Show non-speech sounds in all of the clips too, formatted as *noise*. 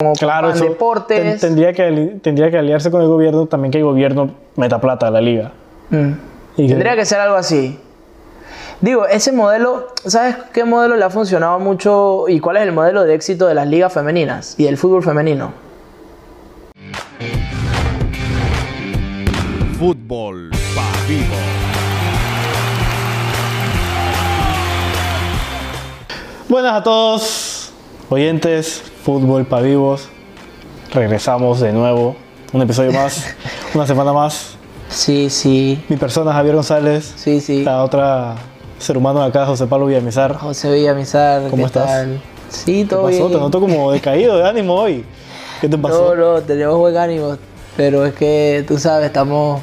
como Claro, para eso ten- deportes. tendría, que, ali- tendría que aliarse con el gobierno también que el gobierno meta plata a la liga. Mm. Y que- Tendría que ser algo así. Digo, ese modelo, ¿sabes qué modelo le ha funcionado mucho y cuál es el modelo de éxito de las ligas femeninas y del fútbol femenino? Fútbol pa' vivo. Buenas a todos, oyentes, fútbol para vivos. Regresamos de nuevo, un *laughs* episodio más, una semana más. Sí, sí, Mi persona Javier González, sí, sí. la otra ser humano de acá, José Pablo Villamizar. José Villamizar, ¿Cómo ¿qué estás? tal? Sí, ¿Qué todo pasó? bien. Te noto como decaído de ánimo hoy. ¿Qué te pasó? No, no, tenemos buen ánimo, pero es que tú sabes, estamos,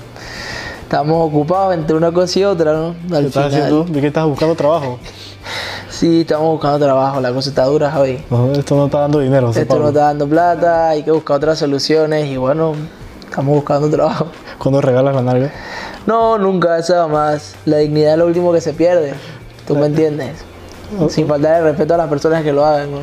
estamos ocupados entre una cosa y otra, ¿no? ¿Qué Al estás final. haciendo? ¿De qué estás buscando trabajo? Sí, estamos buscando trabajo, la cosa está dura, Javi. No, esto no está dando dinero, José Esto Pablo. no está dando plata, hay que buscar otras soluciones y bueno, estamos buscando trabajo. *laughs* ¿Cuándo regalas la nalga? No, nunca, eso jamás. La dignidad es lo último que se pierde, ¿tú me entiendes? Sin faltar el respeto a las personas que lo hagan, ¿no?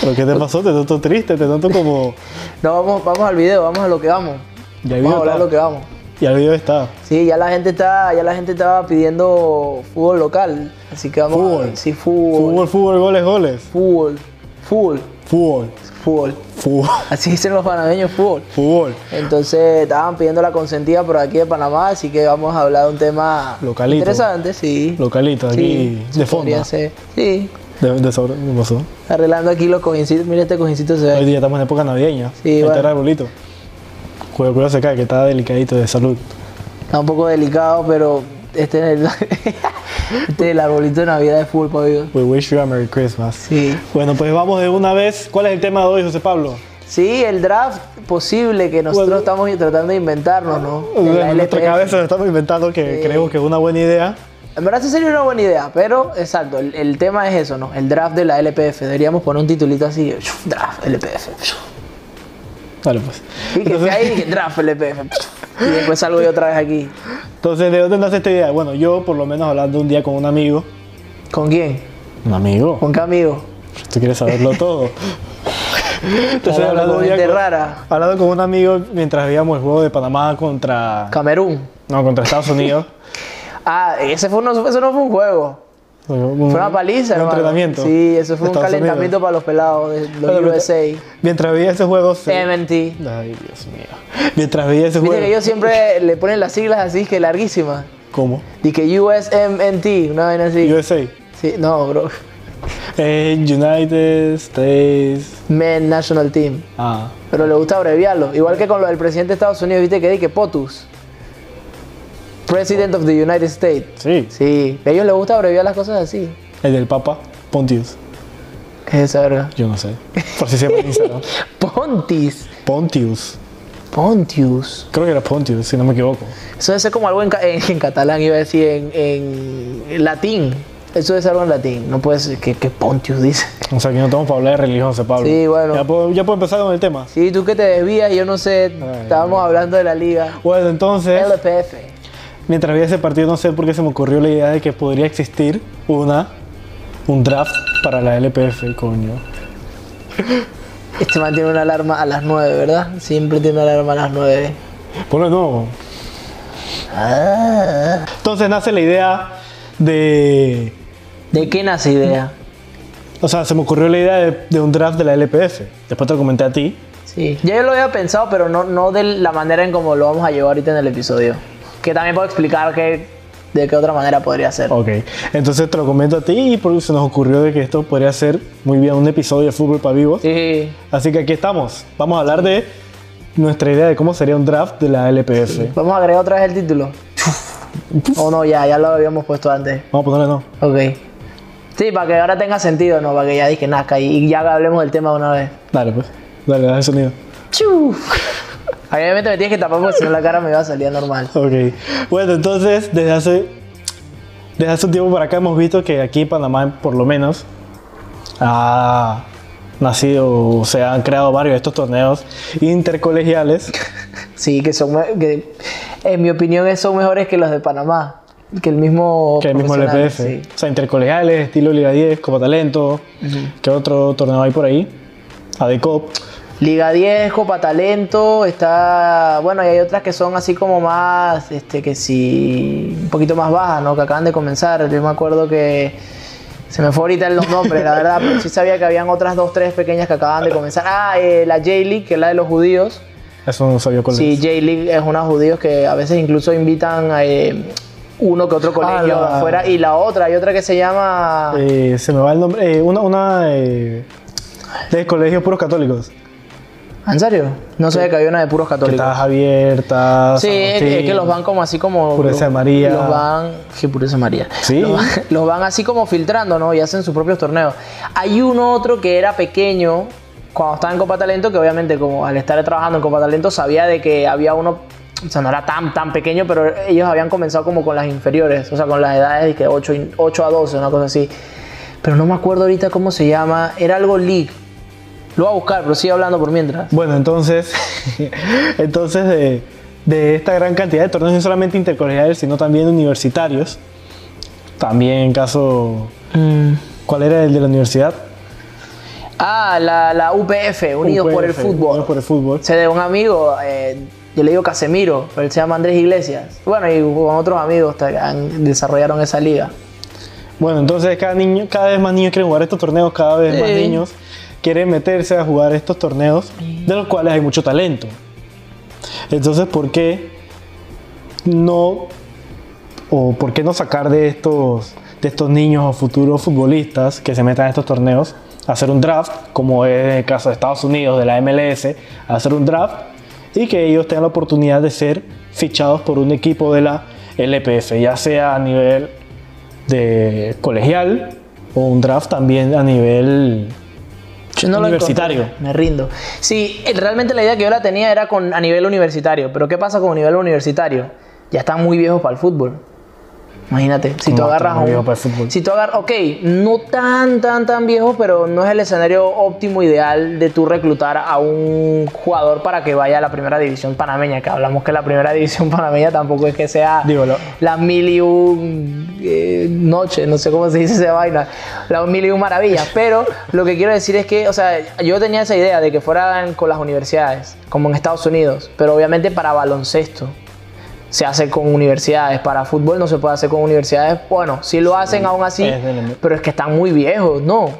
¿Pero qué te pasó? Te noto triste, te noto como... No, vamos, vamos al video, vamos a lo que vamos. *laughs* Ya el Vamos a video hablar está. lo que vamos. Ya el video está. Sí, ya la gente está, ya la gente estaba pidiendo fútbol local, así que vamos. a- Fútbol. sí, fútbol. Fútbol, fútbol, goles, goles. Fútbol. Fútbol. Fútbol, Fútbol. fútbol, *laughs* Así dicen los panameños, fútbol. fútbol. Entonces estaban pidiendo la consentida por aquí de Panamá, así que vamos a hablar de un tema Localito. interesante, sí. Localito, aquí, Sí, de podría fondo. ser. Sí, De, de sobre, ¿qué pasó? arreglando aquí los cojincitos. Mira este cojincito se Hoy ve. día estamos en época navideña. Sí, Ahí bueno. está el arbolito. Cuidado, cuidado se cae, que está delicadito de salud. Está un poco delicado, pero este es el, *laughs* este es el arbolito de Navidad de fútbol, pavido. We wish you a Merry Christmas. Sí. Bueno, pues vamos de una vez. ¿Cuál es el tema de hoy, José Pablo? Sí, el draft posible que nosotros Bueno. estamos tratando de inventarnos, ¿no? En la en nuestra LPF. cabeza nos estamos inventando que Sí. creemos que es una buena idea. En verdad sí sería una buena idea, pero exacto, el, el tema es eso, ¿no? El draft de la LPF. Deberíamos poner un titulito así, draft LPF. Dale, pues. Y que sea ahí, que draft LPF. Y después salgo yo otra vez aquí. Entonces, ¿de dónde nace esta idea? Bueno, yo por lo menos hablando un día con un amigo. ¿Con quién? ¿Un amigo? ¿Con qué amigo? Tú quieres *laughs* saberlo todo. Entonces, Claro, con un día gente rara. hablando con un amigo mientras veíamos el juego de Panamá contra, Camerún. no, contra Estados Unidos. Ah, ese fue, no, eso no fue un juego. Un- Fue una paliza, Mm. Un hermano. entrenamiento. Sí, eso fue un Estados calentamiento Unidos. para los pelados de Bueno, los USA. Mientras veía ese juego, se- MNT. Ay, Dios *laughs* mío. Mientras veía Viste ese juego. Eh, que ellos siempre le ponen las siglas así, que larguísimas. ¿Cómo? Y que USMNT, una vaina así. USA. Sí, no, bro. Eh, United States. Men National Team. Ah. Pero le gusta abreviarlo. Igual que con lo del presidente de Estados Unidos, viste que di que POTUS. President of the United States. Sí. Sí, a ellos les gusta abreviar las cosas así. El del Papa. Pontius. ¿Qué es esa verga? Yo no sé. Por si se llama *laughs* en Instagram. Pontis. Pontius. Pontius. Creo que era Pontius, si no me equivoco. Eso debe ser como algo en, ca- en- en catalán, iba a decir, en, en latín. Eso debe ser algo en latín. No puede ser que, que Pontius dice. O sea, que no estamos para hablar de religión, José Pablo. Sí, bueno. Ya puedo, ya puedo empezar con el tema. Sí, tú que te desvías, yo no sé. Estábamos hablando de la liga. Bueno, Pues entonces, LPF. mientras veía ese partido, no sé por qué se me ocurrió la idea de que podría existir una, un draft para la LPF, coño. Este man tiene una alarma a las 9, ¿verdad? Siempre tiene una alarma a las 9. Ponlo de nuevo. Entonces nace la idea de... ¿De qué nace idea? O sea, se me ocurrió la idea de, de un draft de la LPF. Después te lo comenté a ti. Sí. Ya yo lo había pensado, pero no, no de la manera en como lo vamos a llevar ahorita en el episodio. Que también puedo explicar que, de qué otra manera podría ser. Ok. Entonces te lo comento a ti y por- se nos ocurrió de que esto podría ser muy bien un episodio de Fútbol para Vivos. Sí. Así que aquí estamos. Vamos a hablar de nuestra idea de cómo sería un draft de la LPF. Vamos a agregar otra vez el título. O no, ya, ya lo habíamos puesto antes. Vamos a ponerle no. Ok. Sí, para que ahora tenga sentido, ¿no? Para que ya dije nazca y, y ya hablemos del tema de una vez. Dale, pues. Dale, dale el sonido. Chuf. Obviamente me tienes que tapar porque si no la cara me va a salir normal. Ok. Bueno, entonces, desde hace, desde hace un tiempo para acá hemos visto que aquí en Panamá, por lo menos, ha nacido, o se han creado varios de estos torneos intercolegiales. *laughs* Sí, que son. me- Que, en mi opinión, son mejores que los de Panamá. que el mismo. que el mismo profesional, LPF. sí. O sea, intercolegiales, estilo Liga 10, Copa Talento. ¿Qué otro torneo hay por ahí? ADECOP. Liga 10, Copa Talento, está. Bueno, y hay otras que son así como más. Este, que sí. Un poquito más bajas, ¿no? Que acaban de comenzar. Yo me acuerdo que. Se me fue ahorita los nombres, la verdad, pero sí sabía que habían otras dos, tres pequeñas que acaban de comenzar. Ah, eh, la J-League, que es la de los judíos. Eso no sabía cuál Sí, es. J-League es unos judíos que a veces incluso invitan a eh, uno que otro colegio Ah, la- afuera. Y la otra, hay otra que se llama. Eh, se me va el nombre. eh, una una eh, de colegios puros católicos. ¿En serio? No sabía que había una de puros Que católicos. está Javier, está Sí, San es, Agustín. es que los van como así como. Pureza de María. Los van. Sí, pureza de María. Sí. Los van, *laughs* los van así como filtrando, ¿no? Y hacen sus propios torneos. Hay uno otro que era pequeño cuando estaba en Copa Talento, que obviamente, como al estar trabajando en Copa Talento, sabía de que había uno. O sea, no era tan, tan pequeño, pero ellos habían comenzado como con las inferiores, o sea, con las edades de que 8, y- 8 a 12, una cosa así. Pero no me acuerdo ahorita cómo se llama. Era algo League. Lo voy a buscar, pero sigue hablando por mientras. Bueno, entonces, *laughs* entonces de, de esta gran cantidad de torneos, no solamente intercolegiales, sino también universitarios. También en caso, ¿cuál era el de la universidad? Ah, la, la UPF, Unidos por el UPF, Unidos Fútbol. por el fútbol. Sé de un amigo, eh, yo le digo Casemiro, pero él se llama Andrés Iglesias. Bueno, y con otros amigos te- han- desarrollaron esa liga. Bueno, entonces cada niño, cada vez más niños quieren jugar estos torneos, cada vez más Sí. niños quieren meterse a jugar estos torneos, de los cuales hay mucho talento. Entonces, ¿por qué no o por qué no sacar de estos de estos niños o futuros futbolistas que se metan a estos torneos, hacer un draft, como es el caso de Estados Unidos, de la MLS, hacer un draft y que ellos tengan la oportunidad de ser fichados por un equipo de la LPF, ya sea a nivel de colegial o un draft también a nivel Yo no lo Universitario. encontré, me rindo. Sí, eh, realmente la idea que yo la tenía era con, a nivel universitario, pero ¿qué pasa con nivel universitario? Ya están muy viejos para el fútbol. Imagínate, si tú ¿Cómo agarras están muy un- viejos para el fútbol? Si tú agarras, ok, no tan, tan, tan viejos, pero no es el escenario óptimo ideal de tú reclutar a un jugador para que vaya a la primera división panameña, que hablamos que la primera *laughs* división panameña tampoco es que sea Digo, lo- las mil y un eh, noches, no sé cómo se dice esa vaina, las mil y un maravillas, pero lo que quiero decir es que, o sea, yo tenía esa idea de que fueran con las universidades, como en Estados Unidos, pero obviamente para baloncesto se hace con universidades, para fútbol no se puede hacer con universidades, bueno, sí lo hacen aún así, es del- pero es que están muy viejos, ¿no? Bro,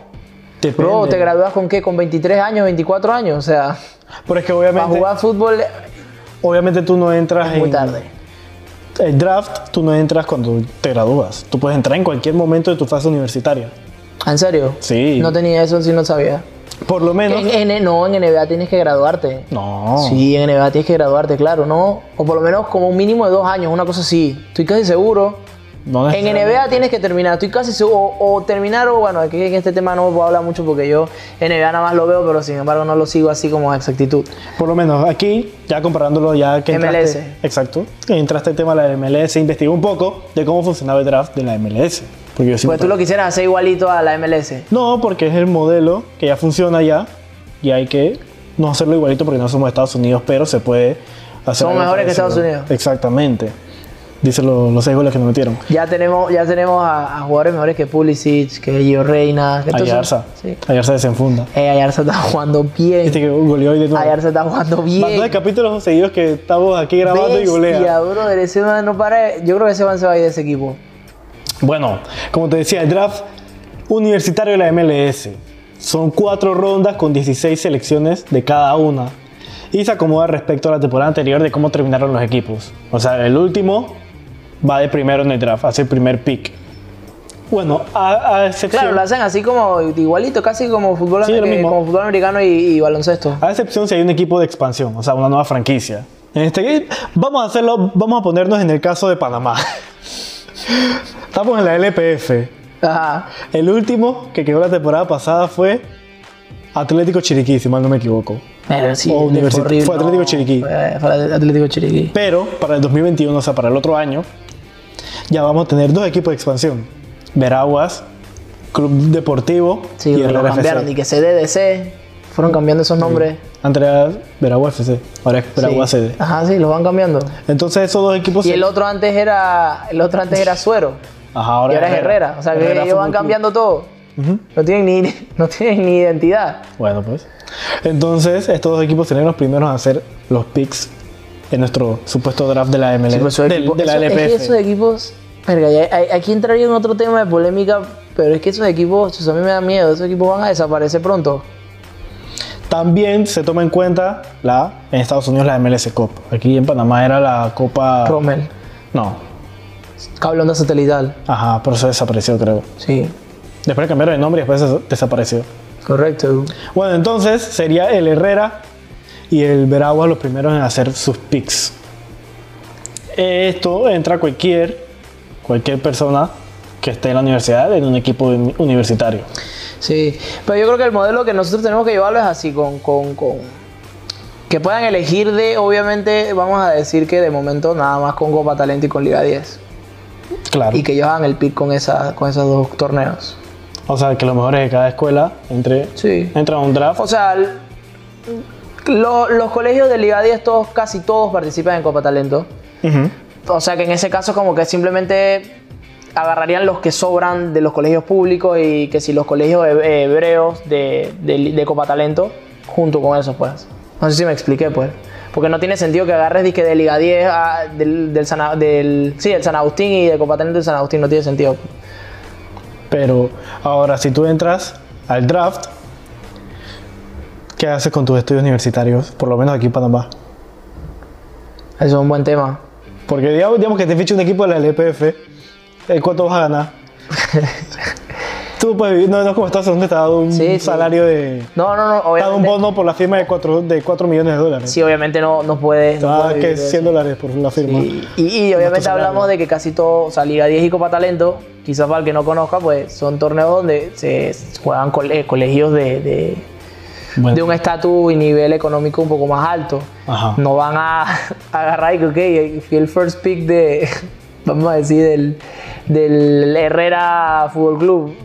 Depende. ¿te gradúas con qué? ¿Con 23 años, 24 años? O sea, Pero es que para obviamente, jugar fútbol obviamente tú no entras es muy en- tarde. El draft, tú no entras cuando te gradúas. Tú puedes entrar en cualquier momento de tu fase universitaria. ¿En serio? Sí. No tenía eso, sí no sabía. Por lo menos. En, en- no, en NBA tienes que graduarte. No. Sí, en NBA tienes que graduarte, claro, ¿no? O por lo menos como un mínimo de dos años, una cosa así. Estoy casi seguro. no En necesariamente. NBA tienes que terminar, estoy casi seguro. O, o terminar, o bueno, que en este tema no puedo hablar mucho porque yo en NBA nada más lo veo, pero sin embargo no lo sigo así como a exactitud. Por lo menos aquí, ya comparándolo ya que entraste- MLS. Exacto. Entraste al tema de la MLS, investigué un poco de cómo funcionaba el draft de la MLS. Porque yo sí Pues me- tú lo quisieras hacer igualito a la MLS. No, porque es el modelo que ya funciona ya y hay que no hacerlo igualito porque no somos Estados Unidos, pero se puede hacer. Somos algo mejores que parecido. Estados Unidos. Exactamente. Dicen lo- los seis goles que nos metieron. Ya tenemos, ya tenemos a, a jugadores mejores que Pulisic, que Gio Reina. Que todos son- Ayarza. Sí. Ayarza desenfunda. Eh, Ayarza está jugando Este bien. que goleó hoy de nuevo. Ayarza está jugando bien. Más de capítulos seguidos que estamos aquí grabando y Bestia, golea. brother, ese man no para. Yo creo que ese man se va a ir de ese equipo. Bueno, como te decía, el draft universitario de la MLS. Son cuatro rondas con 16 selecciones de cada una. Y se acomoda respecto a la temporada anterior de cómo terminaron los equipos. O sea, el último va de primero en el draft, hace el primer pick. Bueno, a, a excepción... Claro, lo hacen así como igualito, casi como fútbol, Sí, lo amer- mismo. como fútbol americano y, y baloncesto. A excepción si hay un equipo de expansión, o sea, una nueva franquicia. En este game, vamos a hacerlo, vamos a ponernos en el caso de Panamá. *laughs* Estamos en la LPF. Ajá. El último que quedó la temporada pasada fue Atlético Chiriquí, si mal no me equivoco. Pero sí, O fue Oh, Universi- horrible, fue Atlético Chiriquí. Fue, fue Atlético Chiriquí. Pero para el 2021, o sea, para el otro año, ya vamos a tener dos equipos de expansión. Veraguas, Club Deportivo Sí, y lo el cambiaron. Y que CDDC. fueron cambiando esos nombres. Antes era Veragua FC, ahora es Veragua Sí. CD. Ajá, sí, los van cambiando. Entonces esos dos equipos... Y se- el otro antes era el otro antes era Suero Ajá, ahora y ahora es Herrera, o sea que Herrera ellos van Fútbol Club. cambiando todo. Ujú. No tienen ni *laughs* no tienen ni identidad. Bueno, pues. Entonces, estos dos equipos serían los primeros a hacer los picks en nuestro supuesto draft de la MLS. Sí, pero esos del- equipos- de la eso- LPF. Es que esos equipos, verga, ya- a- aquí entraría en otro tema de polémica, pero es que esos equipos, chus, a mí me da miedo, esos equipos van a desaparecer pronto. También se toma en cuenta la en Estados Unidos la MLS Cup. Aquí en Panamá era la Copa. Rommel, No. cable onda satelital. Ajá, pero eso desapareció, creo. Sí, Después cambiaron de nombre y después eso desapareció. correcto. Bueno, entonces sería el Herrera y el Veragua los primeros en hacer sus picks. Esto entra cualquier, cualquier persona que esté en la universidad, en un equipo uni- universitario. Sí, pero yo creo que el modelo que nosotros tenemos que llevarlo es así, con, con, con que puedan elegir de, obviamente, vamos a decir que de momento nada más con Copa Talento y con Liga 10. Claro. Y que ellos hagan el pick con, esa, con esos dos torneos. O sea, que los mejores de cada escuela entre, Sí. entra a un draft. O sea, l- lo- los colegios de Liga 10, todos, casi todos participan en Copa Talento. Ujú. O sea que en ese caso como que simplemente agarrarían los que sobran de los colegios públicos y que si los colegios he- hebreos de, de, de Copa Talento, junto con eso pues. No sé si me expliqué pues. Porque no tiene sentido que agarres disque de Liga 10 a- del, del, San, A- del- sí, del San Agustín y de Copa Talento del San Agustín, no tiene sentido. Pero ahora, si tú entras al draft, ¿qué haces con tus estudios universitarios? Por lo menos aquí en Panamá. Eso es un buen tema. Porque digamos, digamos que te ficha un equipo de la LPF, ¿eh, ¿cuánto vas *laughs* a ganar? Tú puedes vivir, no, no como estás, donde te ha dado un Sí, sí. salario de. No, no, no, Te ha dado Ah, un obviamente. bono por la firma de 4 de cuatro millones de dólares. Sí, obviamente no, no puedes. te no va a dar puedes Ah, que vivir de 100 eso. dólares por la firma. Y, y- y obviamente salario. hablamos de que casi todo, o sea, Liga 10 y Copa Talento, quizás para el que no conozca, pues son torneos donde se juegan cole- eh, colegios de, de- Bueno, de un estatus y nivel económico un poco más alto. Ajá. No van a, *laughs* a agarrar y que, ok, fui el first pick de, *laughs* vamos a decir, del, del Herrera Fútbol Club.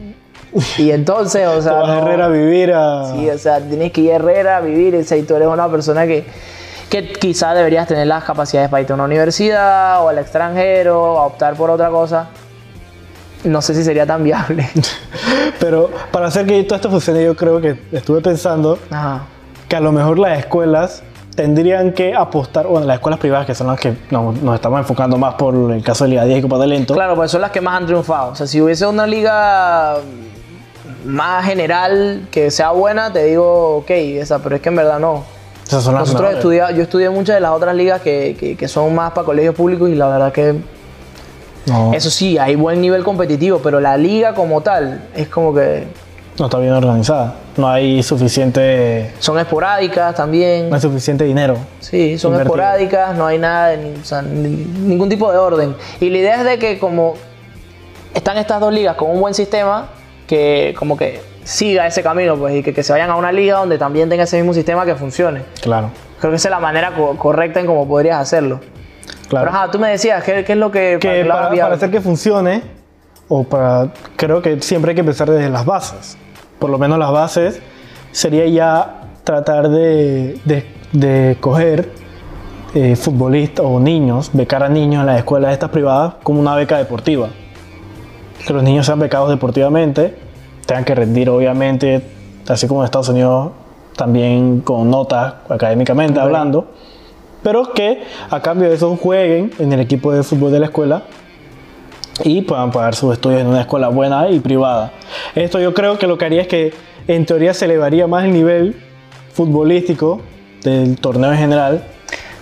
Y entonces, o te sea. vas a no- Herrera a vivir a. Sí, o sea, tienes que ir a Herrera a vivir, o sea, y tú eres una persona que, que quizás deberías tener las capacidades para irte a una universidad o al extranjero, a optar por otra cosa. No sé si sería tan *laughs* viable. Pero para hacer que todo esto funcione, yo creo que estuve pensando Ajá. que a lo mejor las escuelas tendrían que apostar, bueno, las escuelas privadas que son las que nos, nos estamos enfocando más por el caso de Liga 10 y Copa Talento. Claro, pues son las que más han triunfado. O sea, si hubiese una liga más general que sea buena, te digo, ok, esa, pero es que en verdad no. Esas son las Nosotros mejores. estudia- yo estudié muchas de las otras ligas que, que- que son más para colegios públicos y la verdad que No, Eso sí, hay buen nivel competitivo, pero la liga como tal es como que no está bien organizada. No hay suficiente, son esporádicas también. no hay suficiente dinero. Sí, son Invertido. esporádicas, no hay nada, de ni- o sea, ni- ningún tipo de orden. Y la idea es de que como están estas dos ligas con un buen sistema, que como que siga ese camino, pues, y que, que se vayan a una liga donde también tenga ese mismo sistema que funcione. Claro, Creo que esa es la manera co- correcta en cómo podrías hacerlo. claro. Pero ajá, tú me decías, ¿qué, qué es lo que... para que que lo para, hagas viable? para hacer que funcione, o para, creo que siempre hay que empezar desde las bases. Por lo menos las bases sería ya tratar de, de, de coger eh, futbolistas o niños, becar a niños en las escuelas estas privadas como una beca deportiva. Que los niños sean becados deportivamente, tengan que rendir obviamente, así como en Estados Unidos, también con notas académicamente hablando pero que a cambio de eso jueguen en el equipo de fútbol de la escuela y puedan pagar sus estudios en una escuela buena y privada. Esto yo creo que lo que haría es que en teoría se elevaría más el nivel futbolístico del torneo en general.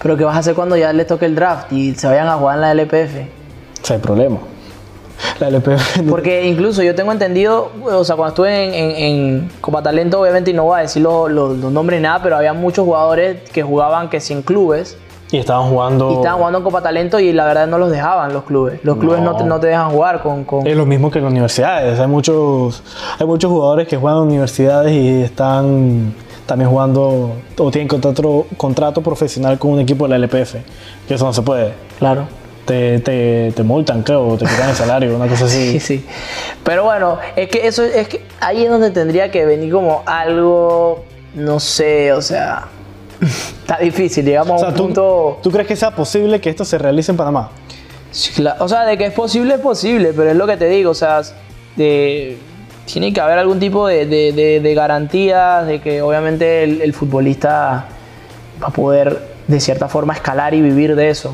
Pero ¿qué vas a hacer cuando ya les toque el draft y se vayan a jugar en la LPF? O sea, hay problema. La LPF no- Porque incluso yo tengo entendido, o sea, cuando estuve en, en- en Copa Talento, obviamente, y no voy a decir lo- lo- los nombres ni nada, pero había muchos jugadores que jugaban que sin clubes y estaban jugando. y estaban jugando en Copa Talento y la verdad no los dejaban los clubes. Los clubes no, No. te, no te dejan jugar con... con- Es lo mismo que en las universidades. Hay muchos, hay muchos jugadores que juegan en universidades y están también jugando o tienen contrato, contrato profesional con un equipo de la LPF. Que eso no se puede. Claro. Te, te, te multan, creo, o te quitan el salario, una cosa *laughs* Sí, así. sí. Pero bueno, es que eso es que ahí es donde tendría que venir como algo No sé, o sea. *laughs* Está difícil, llegamos O sea, a un ¿tú, punto. ¿tú crees que sea posible que esto se realice en Panamá? Sí, cla- O sea, de que es posible, es posible, pero es lo que te digo, o sea, s- de- tiene que haber algún tipo de, de, de- de garantías de que obviamente el, el futbolista va a poder de cierta forma escalar y vivir de eso,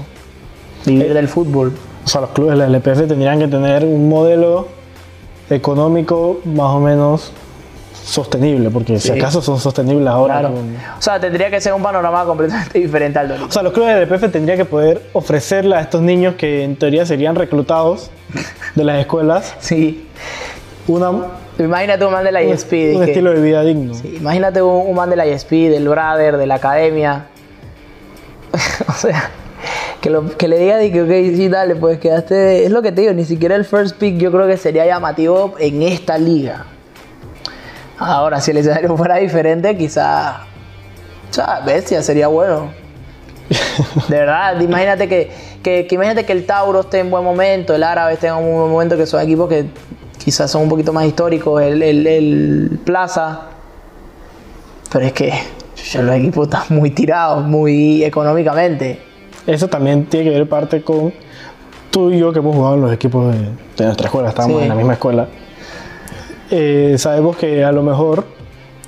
Eh, vivir del fútbol. O sea, los clubes de la LPF tendrían que tener un modelo económico más o menos sostenible, porque si Sí. acaso son sostenibles ahora. Claro. con- O sea, tendría que ser un panorama completamente *laughs* diferente al de O ahorita. sea, los clubes de LPF tendrían que poder ofrecerle a estos niños que en teoría serían reclutados de las escuelas Sí. una, Imagínate un man de la E un, ISP. un estilo de vida digno. Imagínate un, un man de la ISP, del brother, de la academia. *laughs* o sea, que, lo- que le diga de que, ok, sí, dale, pues quedaste. Es lo que te digo, ni siquiera el first pick yo creo que sería llamativo en esta liga. Ahora, si el escenario fuera diferente, quizá. O sea, bestia, sería bueno. De verdad, *laughs* imagínate que, que- que imagínate que el Tauro esté en buen momento, el Árabe esté en un buen momento, que son equipos que quizás son un poquito más históricos, el, el- el Plaza. Pero es que ya los equipos están muy tirados, muy económicamente. Eso también tiene que ver parte con tú y yo que hemos jugado en los equipos de, de nuestra escuela, estábamos Sí. en la misma escuela. Eh, sabemos que a lo mejor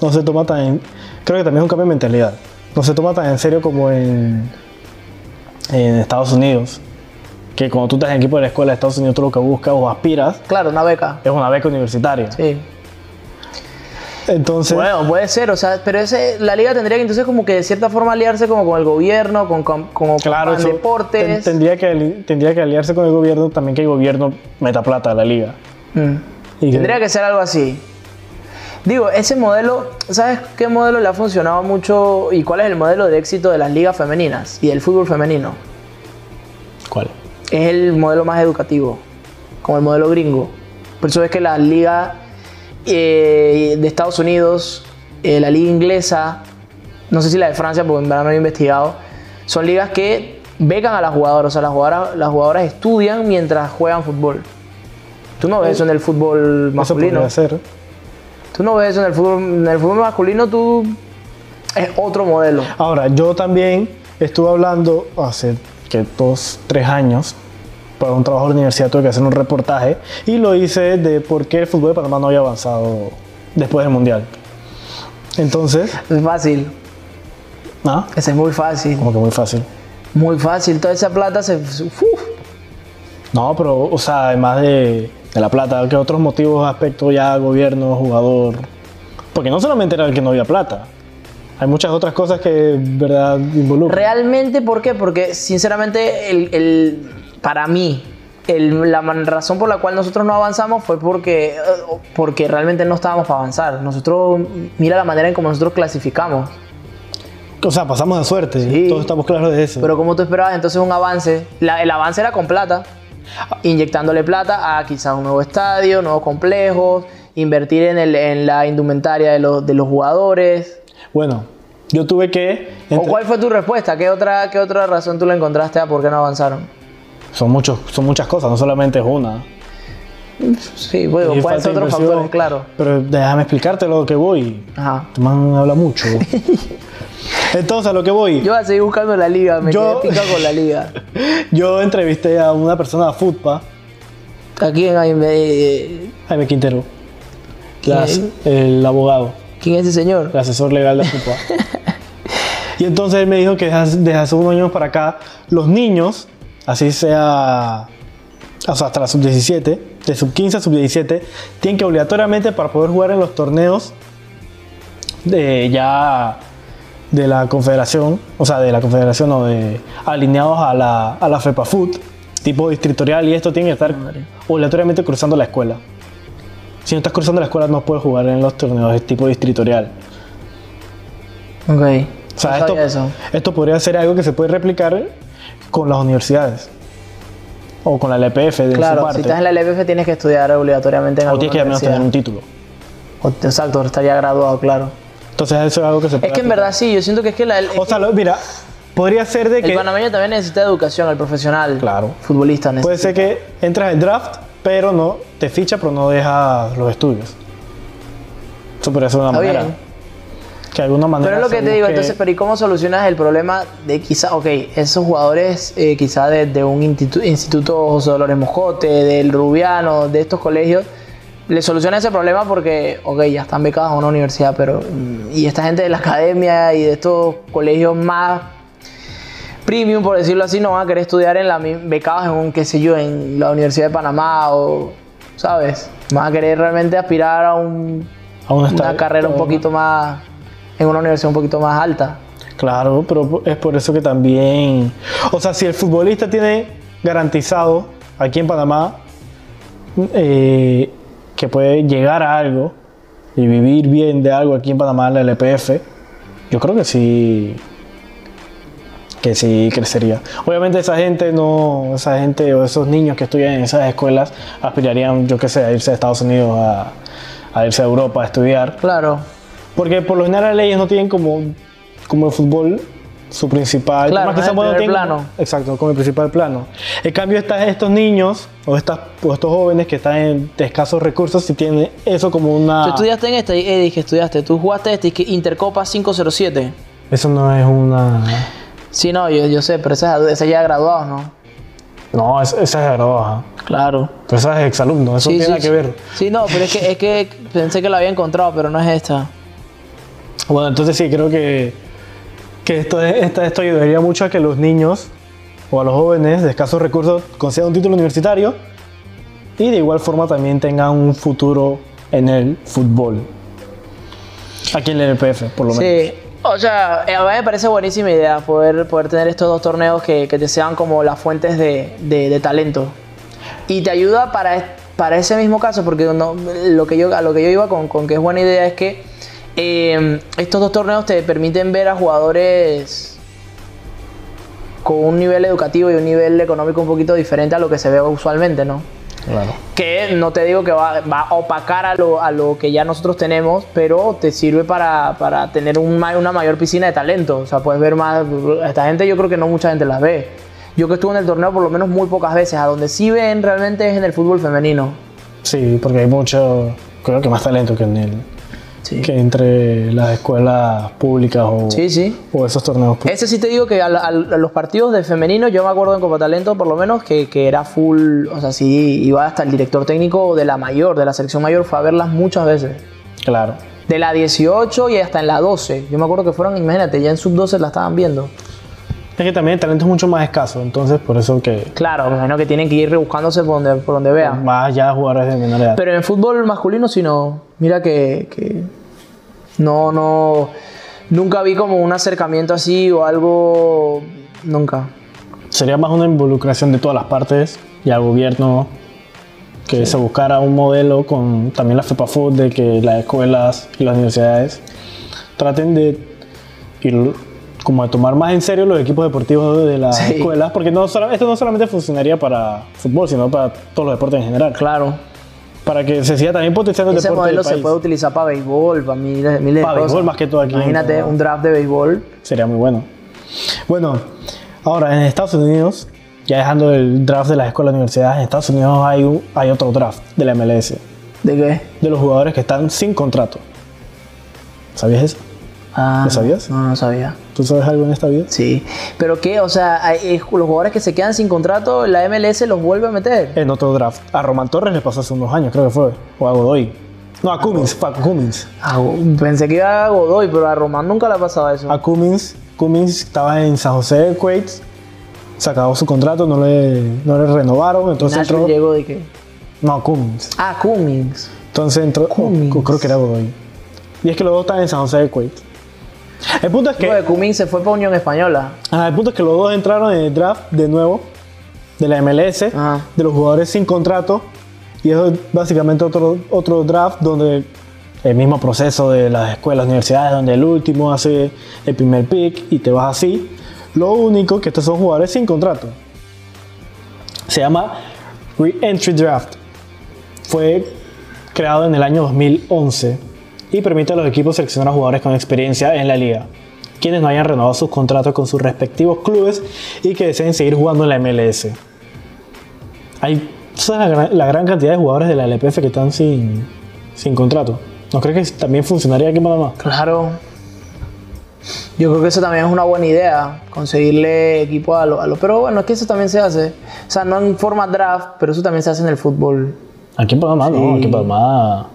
no se toma tan... en- creo que también es un cambio de mentalidad. No se toma tan en serio como en, en Estados Unidos. Que cuando tú estás en equipo de la escuela de Estados Unidos, tú lo que buscas o aspiras Claro, una beca. es una beca universitaria. Sí. Entonces, Bueno, puede ser, o sea, pero ese, la liga tendría que entonces como que de cierta forma aliarse como con el gobierno, con, con, como con claro, Pan eso ten- deportes. tendría, que, ali- tendría que aliarse con el gobierno, también que el gobierno meta plata a la liga. Mm. Y Tendría que ser algo así. Digo, ese modelo, ¿sabes qué modelo le ha funcionado mucho y cuál es el modelo de éxito de las ligas femeninas y del fútbol femenino? ¿Cuál? es el modelo más educativo, como el modelo gringo. Por eso es que las ligas eh, de Estados Unidos, eh, la liga inglesa, no sé si la de Francia, porque en verdad no he investigado, son ligas que becan a las jugadoras, o sea, las jugadoras, las jugadoras estudian mientras juegan fútbol. Tú no ves eso en el fútbol Eso masculino. podría ser. Tú no ves eso en el fútbol, en el fútbol masculino, tú es otro modelo. Ahora, yo también estuve hablando hace que dos, tres años para un trabajo de la universidad tuve que hacer un reportaje y lo hice de por qué el fútbol de Panamá no había avanzado después del mundial. Entonces, Es fácil, ah, ese es muy fácil, como que muy fácil. muy fácil. Toda esa plata se... uf, No, pero, o sea, además de, de la plata, ¿qué otros motivos, aspectos ya gobierno, jugador? Porque no solamente era el que no había plata, hay muchas otras cosas que, verdad, involucran. Realmente, ¿por qué? Porque, sinceramente, el, el- para mí, el- la man- razón por la cual nosotros no avanzamos fue porque, eh, porque realmente no estábamos para avanzar. Nosotros, mira la manera en cómo nosotros clasificamos. O sea, pasamos de suerte, Sí. todos estamos claros de eso. Pero como tú esperabas entonces un avance, La- el avance era con plata, inyectándole plata a quizás un nuevo estadio, nuevos complejos, invertir en, el- en la indumentaria de los, de los jugadores. Bueno, yo tuve que. ¿O entre- cuál fue tu respuesta? ¿Qué otra, ¿Qué otra razón tú le encontraste a por qué no avanzaron? Son, muchos, son muchas cosas, no solamente es una. Sí, bueno, Y pueden falta ser otros inversión. factores, claro. Pero déjame explicarte lo que voy. Ajá. Tu man habla *laughs* mucho. Entonces, a lo que voy. Yo, Yo voy a seguir buscando la liga, me Yo- quedé picado con la *laughs* liga. entrevisté a una persona de Futpa, Aquí en AMB, Jaime Quintero, las- ¿Quién? el abogado, ¿Quién es ese señor? el asesor legal de Futpa. y entonces él me dijo que desde hace- desde hace unos años para acá, los niños, así sea o sea, hasta la sub-17, de sub-15 a sub-17, tienen que obligatoriamente para poder jugar en los torneos de ya de la confederación, o sea, de la confederación o de alineados a la, a la FEPA Food, tipo distritorial y esto tiene que estar obligatoriamente cruzando la escuela. Si no estás cruzando la escuela no puedes jugar en los torneos de tipo distritorial. Ok. O sea, no esto, sabía eso. esto podría ser algo que se puede replicar con las universidades o con la LPF de su Claro, parte. si estás en la LPF tienes que estudiar obligatoriamente en O alguna tienes que al menos universidad. tener un título. O- Exacto, estaría graduado, claro. Entonces eso es algo que se Es puede que en aplicar. verdad sí, yo siento que es que la, O sea, lo- mira, podría ser de el que... panameño también necesita educación, el profesional, Claro. futbolista Puede necesita. ser que entras al draft, pero no... Te ficha, pero no dejas los estudios. Eso podría ser una Está manera. bien. que de alguna manera. Pero es lo que se te digo, busque- entonces, pero ¿y cómo solucionas el problema de quizá, ok, esos jugadores eh, quizá de, de un institu- instituto José Dolores Moscote, del Rubiano, de estos colegios, le soluciona ese problema porque, ok, ya están becados a una universidad, pero, mm, y esta gente de la academia y de estos colegios más premium, por decirlo así, no van a querer estudiar en la mi- becados en un, qué sé yo, en la Universidad de Panamá o, ¿sabes? Van a querer realmente aspirar a un aún está- una carrera un aún- poquito más en una universidad un poquito más alta. Claro, pero es por eso que también. O sea, si el futbolista tiene garantizado aquí en Panamá eh, que puede llegar a algo y vivir bien de algo aquí en Panamá en la LPF, yo creo que sí. Que sí crecería. Obviamente esa gente no, esa gente o esos niños que estudian en esas escuelas aspirarían, yo qué sé, a irse a Estados Unidos, a, a irse a Europa a estudiar. Claro, Porque por lo general ellos no tienen como, como el fútbol su principal. Claro, más no es el bueno, primer tienen- plano. Exacto, como el principal plano. En cambio, estas, estos niños o, estas, o estos jóvenes que están en, de escasos recursos, si tienen eso como una. tú estudiaste en este, eh, dije estudiaste, tú jugaste este que Intercopa 507. Eso no es una. Sí, no, yo, yo sé, pero ese, es- ese ya graduados, ¿no? No, es- esa es graduada. Claro. Pero esa es exalumno, eso Sí, tiene sí, nada que sí. ver. Sí, no, pero es que, es que pensé que la había encontrado, pero no es esta. Bueno, entonces sí, creo que, que esto, es- esta- esto ayudaría mucho a que los niños o a los jóvenes de escasos recursos consigan un título universitario y de igual forma también tengan un futuro en el fútbol. Aquí en el LPF, por lo menos. Sí. O sea, eh, a mí me parece buenísima idea poder, poder tener estos dos torneos que, que te sean como las fuentes de, de- de talento. Y te ayuda para, es- para ese mismo caso, porque no- lo que yo, a lo que yo iba con, con que es buena idea es que eh, estos dos torneos te permiten ver a jugadores con un nivel educativo y un nivel económico un poquito diferente a lo que se ve usualmente, ¿no? Claro. que no te digo que va, va a opacar a lo, a lo que ya nosotros tenemos, pero te sirve para, para tener un ma- una mayor piscina de talento. O sea, puedes ver más. Esta gente yo creo que no mucha gente las ve. Yo que estuve en el torneo por lo menos muy pocas veces, a donde sí ven realmente es en el fútbol femenino. Sí, porque hay mucho, creo que más talento que en el- Sí. que entre las escuelas públicas o, Sí, sí. o esos torneos públicos. Ese sí te digo que al- al- a, los partidos de femenino, yo me acuerdo en Copa Talento por lo menos que, que era full, o sea, sí, iba hasta el director técnico de la mayor, de la selección mayor, fue a verlas muchas veces. Claro. De la 18 y hasta en la 12. Yo me acuerdo que fueron, imagínate, ya en sub 12 la estaban viendo. Es que también el talento es mucho más escaso, entonces por eso que Claro, me imagino que tienen que ir rebuscándose por donde, por donde vean. más ya jugadores de menor edad. Pero en fútbol masculino, si no, mira que, que no, no, nunca vi como un acercamiento así o algo, nunca. sería más una involucración de todas las partes y al gobierno que se buscara un modelo con también la FEPA Food de que las escuelas y las universidades traten de ir como de tomar más en serio los equipos deportivos de las Sí. escuelas porque no sola- esto no solamente funcionaría para fútbol sino para todos los deportes en general Claro. para que se siga también potenciando el Ese deporte del modelo se país. puede utilizar para béisbol, para miles, miles de Para béisbol cosas. más que todo aquí en Imagínate Panamá. un draft de béisbol. Sería muy bueno. Bueno, ahora en Estados Unidos, ya dejando el draft de las escuelas y universidades, en Estados Unidos hay, un- hay otro draft de la MLS, ¿De qué? de los jugadores que están sin contrato. ¿Sabías eso? Ah, ¿Lo sabías? No, no sabía. ¿Tú sabes algo en esta vida? Sí, pero qué, o sea, hay- eh, los jugadores que se quedan sin contrato, la MLS los vuelve a meter. En otro draft. A Román Torres le pasó hace unos años, creo que fue. O a Godoy. No, a Cummins, fue a Cummins. Ah, pensé que iba a Godoy, pero a Román nunca le ha pasado eso. A Cummins, Cummins estaba en San José de Quates, se acabó su contrato, no le, no le renovaron, entonces Nacho entró... llegó de qué. No, Cummins. Ah, Cummings. Entonces entró. Cummins. o- o creo que era Godoy. Y es que los dos están en San José de Kuwait. El punto es que. No, de Cummings se fue para Unión Española. ajá, el punto es que los dos entraron en el draft de nuevo de la MLS, Ajá. de los jugadores sin contrato. Y eso es básicamente otro, otro draft donde el mismo proceso de las escuelas, universidades, donde el último hace el primer pick y te vas así. Lo único que estos son jugadores sin contrato. Se llama Re-Entry Draft. Fue creado en el año 2011 y permite a los equipos seleccionar a jugadores con experiencia en la liga, quienes no hayan renovado sus contratos con sus respectivos clubes y que deseen seguir jugando en la MLS. Hay esa es la gran, la gran cantidad de jugadores de la LPF que están sin, sin contrato. ¿No crees que también funcionaría aquí en Panamá? Claro. Yo creo que eso también es una buena idea, conseguirle equipo a los... pero bueno, es que eso también se hace. O sea, no en forma draft, pero eso también se hace en el fútbol. Aquí en Panamá no, aquí en Panamá.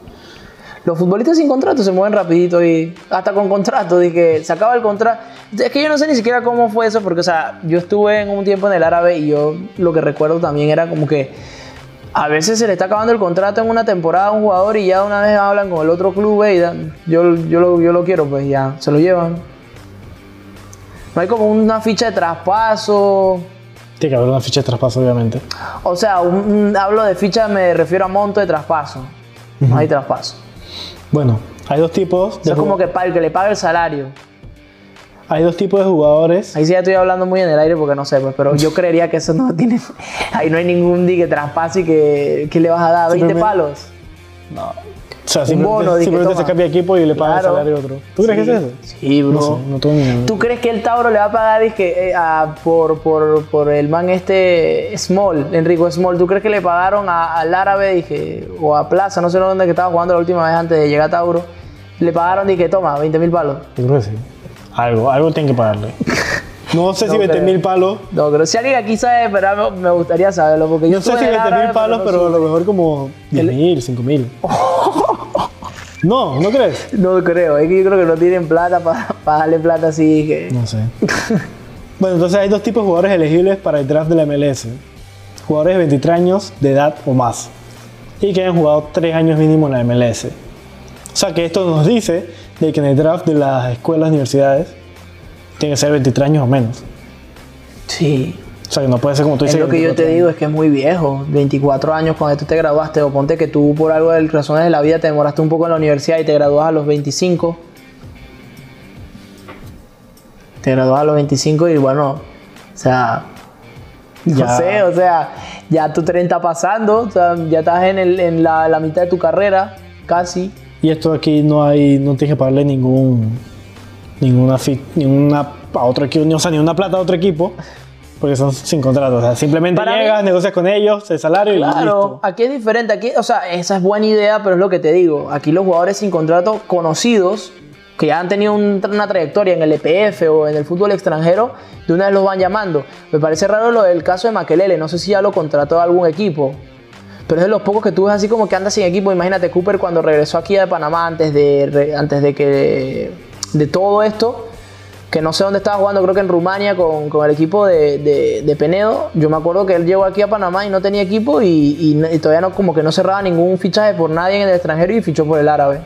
Los futbolistas sin contrato se mueven rapidito y hasta con contrato, dije, se acaba el contrato. Es que yo no sé ni siquiera cómo fue eso, porque, o sea, yo estuve en un tiempo en el árabe y yo lo que recuerdo también era como que a veces se le está acabando el contrato en una temporada a un jugador y ya de una vez hablan con el otro club, "Ey, da- yo, yo, lo, yo lo quiero, pues ya, se lo llevan. No hay como una ficha de traspaso. Tiene que haber una ficha de traspaso, obviamente. O sea, un- un- hablo de ficha, me refiero a monto de traspaso. No hay traspaso. Bueno, hay dos tipos Eso de es como que para el que le paga el salario. Hay dos tipos de jugadores. Ahí sí ya estoy hablando muy en el aire porque no sé, pues, pero yo *laughs* creería que eso no tiene. Ahí no hay ningún di que traspase y que, que le vas a dar 20 Simplemente- palos. O sea, simplemente, bono, dije, simplemente se toma. cambia de equipo y le paga Claro. el salario a otro. ¿Tú crees que es eso? Sí, bro. No, sé, no tengo ni idea. ¿Tú crees que el Tauro le va a pagar dizque, eh, a- por, por- por el man este Small, Enrico Small? ¿Tú crees que le pagaron a- al árabe dije, o a Plaza, no sé dónde que estaba jugando la última vez antes de llegar a Tauro? Le pagaron dije, toma, 20 mil palos. Yo creo que sí. Algo, algo tienen que pagarle. No sé si No 20 mil creo. palos. No, pero si alguien aquí sabe, pero me, me gustaría saberlo porque yo No sé estuve si en el 20 árabe, mil palos, no pero a lo mejor como 10 El- mil, *laughs* 5 mil. No, ¿no crees? No creo, es que yo creo que no tienen plata para *laughs* darle plata así que. No sé. Bueno, entonces hay dos tipos de jugadores elegibles para el draft de la MLS. Jugadores de 23 años de edad o más. Y que hayan jugado 3 años mínimo en la MLS. O sea que esto nos dice de que en el draft de las escuelas, universidades, tiene que ser 23 años o menos. Sí. Pues O sea que no puede ser como tú Es dices. lo que yo te 24 años. digo, es que es muy viejo. 24 años cuando tú te graduaste, o ponte que tú por algo de razones de la vida te demoraste un poco en la universidad y te gradúas a los 25. Te gradúas a los 25 y bueno, o sea, ya. Ya. sé, o sea, ya tu 30 pasando, o sea, ya estás en, el- en la, la mitad de tu carrera, casi. Y esto aquí no hay, no tienes que pagarle ningún, ninguna fit, ninguna a otro equipo, ni- o sea, ni una plata a otro equipo, porque son sin contrato. O sea, simplemente Para mí- llegas, negocias con ellos, el salario y Claro, listo. aquí es diferente, aquí, o sea, esa es buena idea, pero es lo que te digo, aquí los jugadores sin contrato conocidos, que ya han tenido un- una trayectoria en el EPF o en el fútbol extranjero, de una vez los van llamando. Me parece raro lo del caso de Maquelele, no sé si ya lo contrató algún equipo, pero es de los pocos que tú ves así como que anda sin equipo. Imagínate Cooper cuando regresó aquí de Panamá antes de, re- antes de que de todo esto, que no sé dónde estaba jugando, creo que en Rumania con, con el equipo de, de- de Penedo. Yo me acuerdo que él llegó aquí a Panamá y no tenía equipo y, y no- y todavía no, como que no cerraba ningún fichaje por nadie en el extranjero y fichó por el árabe.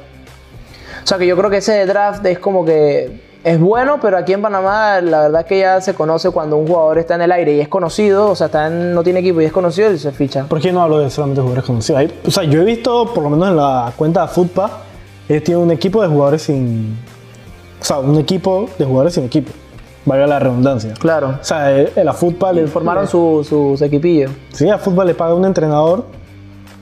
O sea que yo creo que ese draft es como que es bueno, pero aquí en Panamá la verdad es que ya se conoce cuando un jugador está en el aire y es conocido, o sea, está en- no tiene equipo y es conocido y se ficha. ¿Por qué no hablo de solamente jugadores conocidos? Hay- o sea, yo he visto, por lo menos en la cuenta de Footpa, ellos tienen un equipo de jugadores sin. O sea, un equipo de jugadores sin equipo. Valga la redundancia. Claro. O sea, el- la Footpa le formaron su, sus equipillos. Sí, a fútbol le paga un entrenador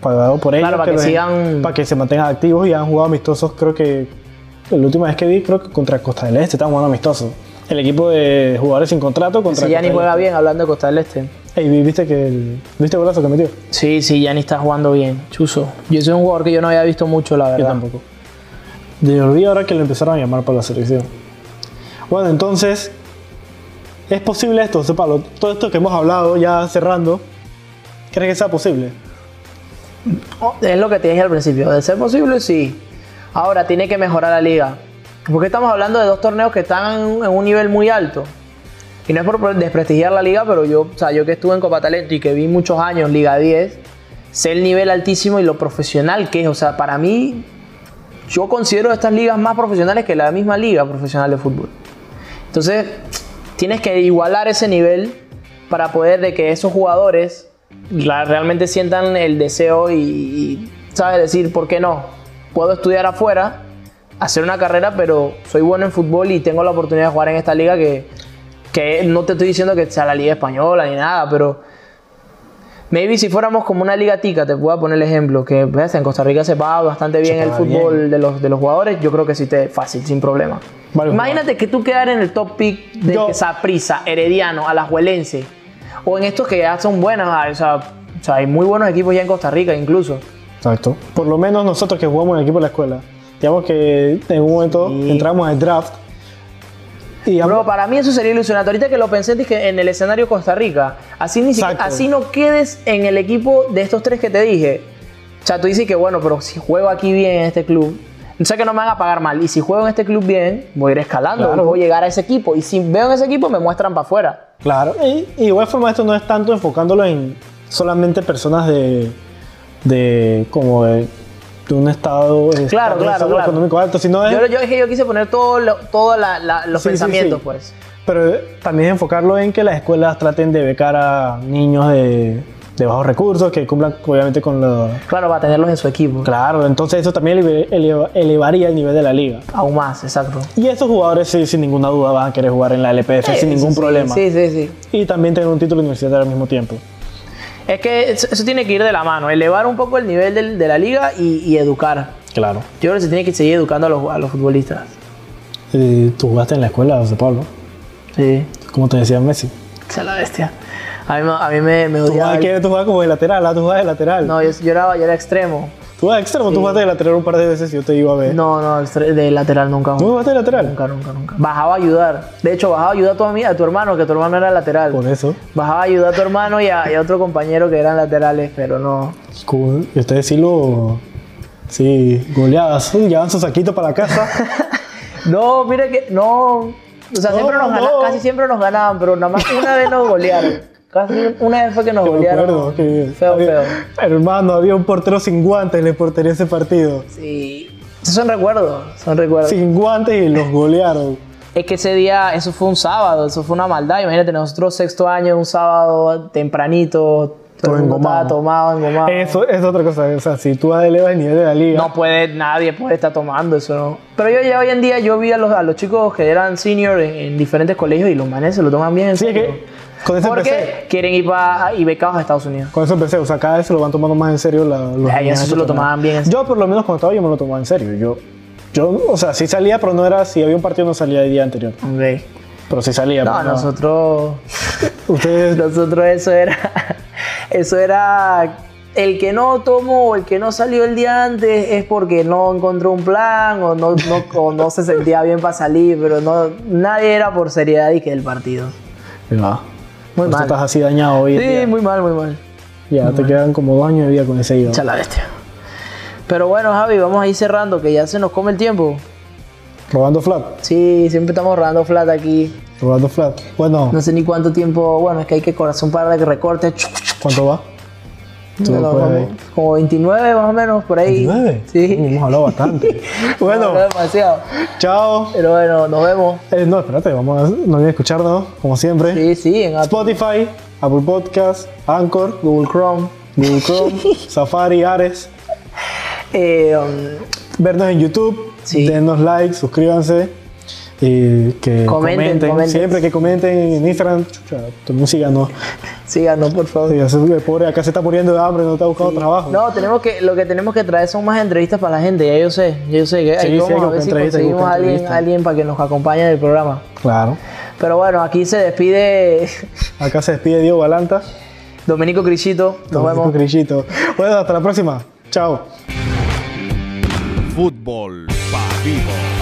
pagado por ellos. Claro, para que los- sigan- Para que se mantengan activos y han jugado amistosos, creo que... La última vez que vi, creo que contra Costa del Este estaban jugando amistosos. El equipo de jugadores sin contrato contra Si Costa Yanni del juega bien, hablando de Costa del Este. Este. Ey, vi- ¿viste que el... ¿Viste el golazo que metió? Sí, sí, Yanni está jugando bien. Chuzo. Yo soy un jugador que yo no había visto mucho, la verdad. Yo tampoco. De olvido ahora que lo empezaron a llamar para la selección. Bueno, entonces... ¿Es posible esto, José Pablo? Todo esto que hemos hablado, ya cerrando, ¿crees que sea posible? Oh, Es lo que te dije al principio. De ser posible, sí. Ahora tiene que mejorar la liga. Porque estamos hablando de dos torneos que están en en un nivel muy alto. Y no es por desprestigiar la liga, pero yo, o sea, yo que estuve en Copa Talento y que vi muchos años Liga 10, sé el nivel altísimo y lo profesional que es. O sea, para mí, yo considero estas ligas más profesionales que la misma liga profesional de fútbol. Entonces, tienes que igualar ese nivel para poder de que esos jugadores la- realmente sientan el deseo y, y, ¿sabes? Decir, ¿por qué no? Puedo estudiar afuera, hacer una carrera, pero soy bueno en fútbol y tengo la oportunidad de jugar en esta liga que, que no te estoy diciendo que sea la liga española ni nada, pero... Maybe si fuéramos como una liga tica, te puedo poner el ejemplo, que ves, en Costa Rica se paga bastante bien el paga bien. fútbol de los, de los jugadores, yo creo que sí te es fácil, sin problema. Varios Imagínate que tú quedar en el top pick de Yo- que Saprissa, Herediano, Alajuelense, o en estos que ya son buenos, ah, o sea, o sea, hay muy buenos equipos ya en Costa Rica incluso. Exacto. Por lo menos nosotros que jugamos en el equipo de la escuela, digamos que en un momento Sí. entramos al draft, Y Bro, hablo- para mí eso sería ilusionante. Ahorita que lo pensé dije, en el escenario Costa Rica, así, ni siquiera- Exacto. así no quedes en el equipo de estos tres que te dije. O sea, tú dices que bueno, pero si juego aquí bien en este club, sé que no me van a pagar mal. Y si juego en este club bien, voy a ir escalando, Claro. voy a llegar a ese equipo. Y si veo en ese equipo, me muestran para afuera. Claro, y, y de igual forma esto no es tanto enfocándolo en solamente personas de, de como de, de un estado, de Claro, estado claro, socioeconómico claro. alto, sino es- Yo, yo dije, yo quise poner todos todo la- la- los Sí, sí, pensamientos, sí. pues. pero también es enfocarlo en que las escuelas traten de becar a niños de, de bajos recursos que cumplan obviamente con los... Claro, para tenerlos en su equipo. Claro, entonces eso también eleve- eleva- elevaría el nivel de la liga. Aún más, exacto. Y esos jugadores sí, sin ninguna duda van a querer jugar en la LPF Sí, Pues, sin ningún sí, problema. Sí, sí, sí. Y también tener un título universitario al mismo tiempo. Es que eso, eso tiene que ir de la mano, elevar un poco el nivel del- de la liga y, y educar. Claro. Yo creo que se tiene que seguir educando a los, a los futbolistas. Eh, Tú jugaste en la escuela, José Pablo. Sí. Como te decía Messi. sea la bestia. A mí, me- a mí me, me Tú odiaba. jugabas, el- que- tú jugabas como de lateral, ah, tú jugabas de lateral. No, yo, yo era, yo era extremo. Tú jugabas de extremo, tú jugaste de lateral un par de veces y yo te iba a ver. No, no, extre- de lateral nunca. ¿Eh? ¿No jugué. jugaste de lateral? Nunca, nunca, nunca. Bajaba a ayudar. De hecho, bajaba a ayudar a tu, ami- a tu hermano, que tu hermano era lateral. Por eso. Bajaba a ayudar a tu hermano y a, y a otro compañero que eran laterales, pero no. Cool. Y ustedes sí lo... Sí, goleadas. Uh, Llevaban su saquito para *laughs* casa. No, mira que. No. O sea, No, siempre nos ganaban, no. casi siempre nos ganaban, pero nada más una vez nos golearon. Casi una vez fue que nos Te golearon. recuerdo que feo, había- feo. Hermano, había un portero sin guantes en la portería ese partido. Sí. Esos son recuerdos, son recuerdos. Sin guantes y los golearon. Es que ese día, eso fue un sábado, eso fue una maldad. Imagínate, nosotros sexto año, un sábado tempranito, todo el mundo engomado. estaba tomado, engomado. Eso es otra cosa. O sea, si tú elevas el nivel de la liga... No puede, nadie puede estar tomando eso, ¿no? Pero yo ya hoy en día, yo vi a los, a los chicos que eran senior en, en diferentes colegios y los manes se lo toman bien. en Sí, es serio. que con eso empecé. Porque quieren ir para y becados a Estados Unidos. Con eso empecé, o sea, cada vez se lo van tomando más en serio la, los Ah, niños eso de se lo torneo. tomaban bien en serio. Yo por lo menos cuando estaba yo me lo tomaba en serio. Yo, yo o sea, sí salía, pero no era, si había un partido no salía el día anterior. Ok. Pero sí salía. No, pero nosotros, Ustedes, nosotros eso era, *laughs* eso era, el que no tomó o el que no salió el día antes es porque no encontró un plan o no, no- o no se sentía bien para salir, pero no, nadie era por seriedad y que del partido. Ya. Muy Tú mal. estás así dañado hoy. en Sí, día. muy mal, muy mal. ya, te quedan como dos años de vida con ese hilo. Echa la bestia. Pero bueno, Javi, vamos a ir cerrando, que ya se nos come el tiempo. Robando flat, Sí, siempre estamos rodando flat aquí. robando flat. Bueno, No sé ni cuánto tiempo. Bueno, es que hay que corazón para que recorte. ¿cuánto va? Tú Bueno, puedes ver. como, como 29 más o menos, por ahí. 29. Sí. Hemos hablado bastante. Mm. *laughs* bueno, No, no demasiado. chao. Pero bueno, nos vemos. Eh, no, espérate, vamos a, no voy a escucharnos, como siempre. Sí, sí, en Apple. Spotify, Apple Podcast, Anchor, Google Chrome, *laughs* Google Chrome, Safari, Ares. Eh, um, Vernos en YouTube, Sí. denos like, suscríbanse. Y que Comenten, comenten, comenten. siempre que comenten en Instagram, chucha, también síganos. síganos, por favor. Sí, ese pobre acá se está muriendo de hambre, no está buscando trabajo. No, tenemos que, lo que tenemos que traer son más entrevistas para la gente, ya yo sé, ya yo sé que Sí, ahí sí, vamos a hay que ver si buscar entrevistas, hay que conseguimos a buscar alguien, entrevistas. alguien para que nos acompañe en el programa. Claro. Pero bueno, aquí se despide Acá se despide Diego Balanta. Domenico Crillito. Nos vemos. Francisco Grillito. Bueno, hasta la próxima. Chao. Fútbol Pa' Vivo.